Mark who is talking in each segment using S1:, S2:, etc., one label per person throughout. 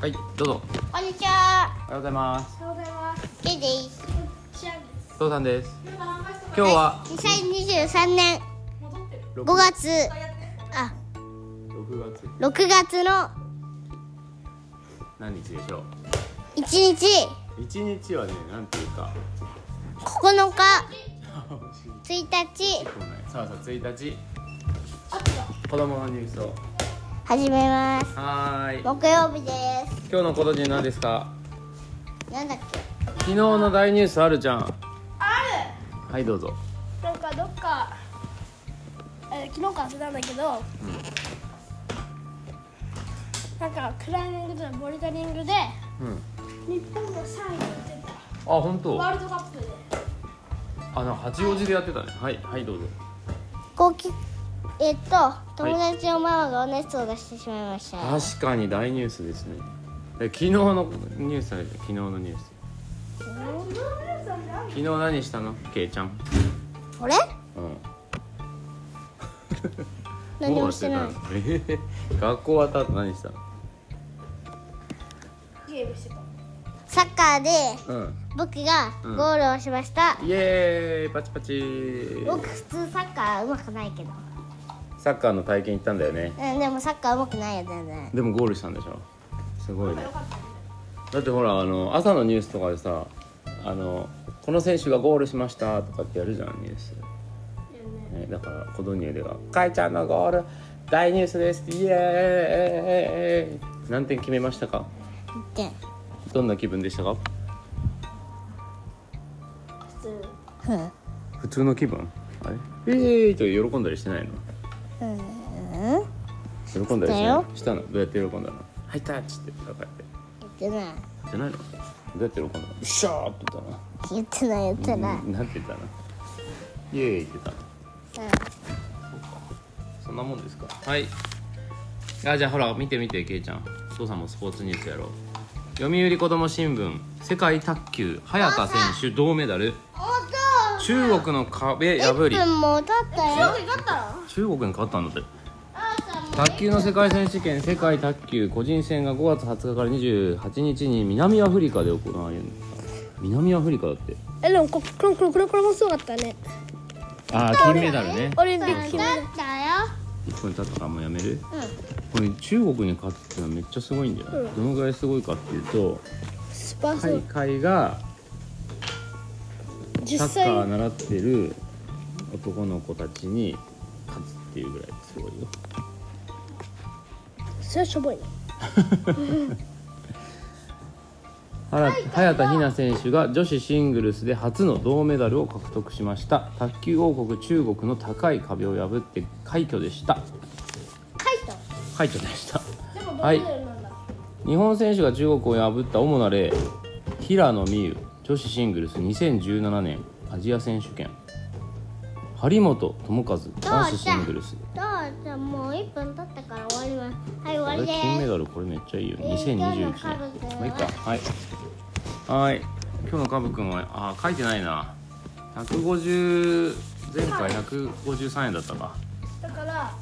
S1: はい、どうぞ。
S2: こんにちは。
S1: おはようございます。
S3: おはようございます。
S2: ケイです。
S3: シアです。
S1: 父さんです。
S3: なんかあんまりそこ
S1: 今日は
S2: 二千二十三年
S3: 戻ってる。
S2: 五月あ
S1: 六月
S2: 六月の
S1: 何日でしょ
S2: 一日
S1: う。一日はね、なんていうか。
S2: 九日一日
S1: さあさあ一日。子供のニュースを。
S2: 始めます。
S1: はーい。
S2: 木曜日です。
S1: 今日のことで何ですか。
S2: なんだっけ？
S1: 昨日の大ニュースあるじゃん。
S3: あ
S1: はい、どうぞ。
S3: る。なんかどっか。えー昨日か忘れたんだけど。なんかクライミングとボルダリングで。
S1: うん。
S3: 日本が3位になって
S1: あ、本当
S3: た。。ワールドカップで。
S1: あの八王子でやってたね。はい、はい、どうぞ。
S2: こうきえっと友達のママがお熱を出してしまいました。
S1: 確かに大ニュースですね。え昨日のニュースあるじゃん昨日のニュース。昨日何したの、けいちゃん。
S2: これ？
S1: うん。
S2: 何もしてない。
S1: ええ 学校終わった後何したの？
S3: ゲームしてた。
S2: サッカーで
S1: うん。
S2: 僕がゴールをしました。
S1: イエーイパチパチ。
S2: 僕普通サッカー上手くないけど。
S1: サッカーの体験行ったんだよね。
S2: うんでもサッカー上手くないよ全然。
S1: でもゴールしたんでしょ。すごいね。だってほらあの朝のニュースとかでさ、あのこの選手がゴールしましたとかってやるじゃんニュース。ね、だからコドニエでは「かいちゃんのゴール大ニュースですイエーイ!」何点決めましたか
S2: 一点。
S1: どんな気分でしたか
S3: 普通。
S2: うん。
S1: 普通の気分あれイエーイと喜んだりしてないの
S2: うん。うん。
S1: 喜んだりし
S2: した
S1: な
S2: よ
S1: いしたのどうやって喜んだの「ハイタッチ」ってこうやって
S2: 言ってない。
S1: じゃないのどうやって喜んだの「うっしゃー」って言っ
S2: 言ってない言ったてない
S1: な。うんなんて言ったのイエーイって言ったの
S2: う
S1: そんなもんですかはいあじゃあほら見て見てけいちゃん父さんもスポーツニュースやろう読売子ども新聞世界卓球早田選手銅メダル
S2: ん。
S1: 中国の壁
S2: 一
S1: 破り
S2: 分も経ったよ。
S3: 勝ったの？
S1: 中国に勝ったんだって卓球の世界選手権世界卓球個人戦が5月20日から28日に南アフリカで行われる南アフリカだって
S3: えでもここれこれこれこれもすごかったね。
S1: ああ金メダルね
S3: オリン
S2: 一分
S3: ピック
S2: 経っ
S3: 金メダル。
S2: た
S1: 1分経ったからもうやめる
S2: よ。
S1: これ中国に勝つってのはめっちゃすごいんだよ、
S3: うん
S1: どのぐらいすごいかっていうと
S3: スパーソ
S1: 大
S3: ン。
S1: 会が
S3: 実
S1: サッ
S3: 際
S1: カー習ってる男の子たちに勝つっていうぐらいすごいよ
S3: それはしょぼいね。
S1: 原早田ひな選手が女子シングルスで初の銅メダルを獲得しました卓球王国中国の高い壁を破って快挙でした
S2: 書い
S1: 快挙でした
S3: でも
S1: はい
S3: 銅メダルなんだ。
S1: 日本選手が中国を破った主な例平野美宇女子シングルス2017年アジア選手権張本智和男子シングルス
S2: た。どうじゃもう一分経ったから終わります。はい
S1: こ
S2: 終わ
S1: れ
S2: りで
S1: 金メ
S2: す。
S1: ダルこれめっちゃいいよ2021年まあいいかはいはい今日のカブ君はあー書いてないな150前回153円だったか
S3: だから。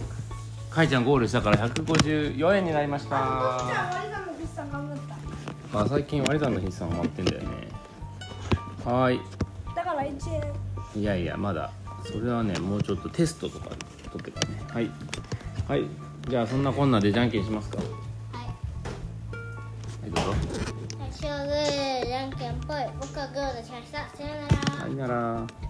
S1: かいちゃんゴールしたから154円になりましたま
S3: 割り算の決算頑張った。
S1: あ最近割り算の筆算終わってんだよねはー
S3: だから一円。
S1: いいやいやまだそれはねもうちょっとテストとか取ってからねはいはいじゃあそんなこんなでじゃんけんしますかは
S2: はい
S1: いどうぞ
S2: 最初はグーじゃんけんぽい。僕はグー出しました。さよなら
S1: さ。よなら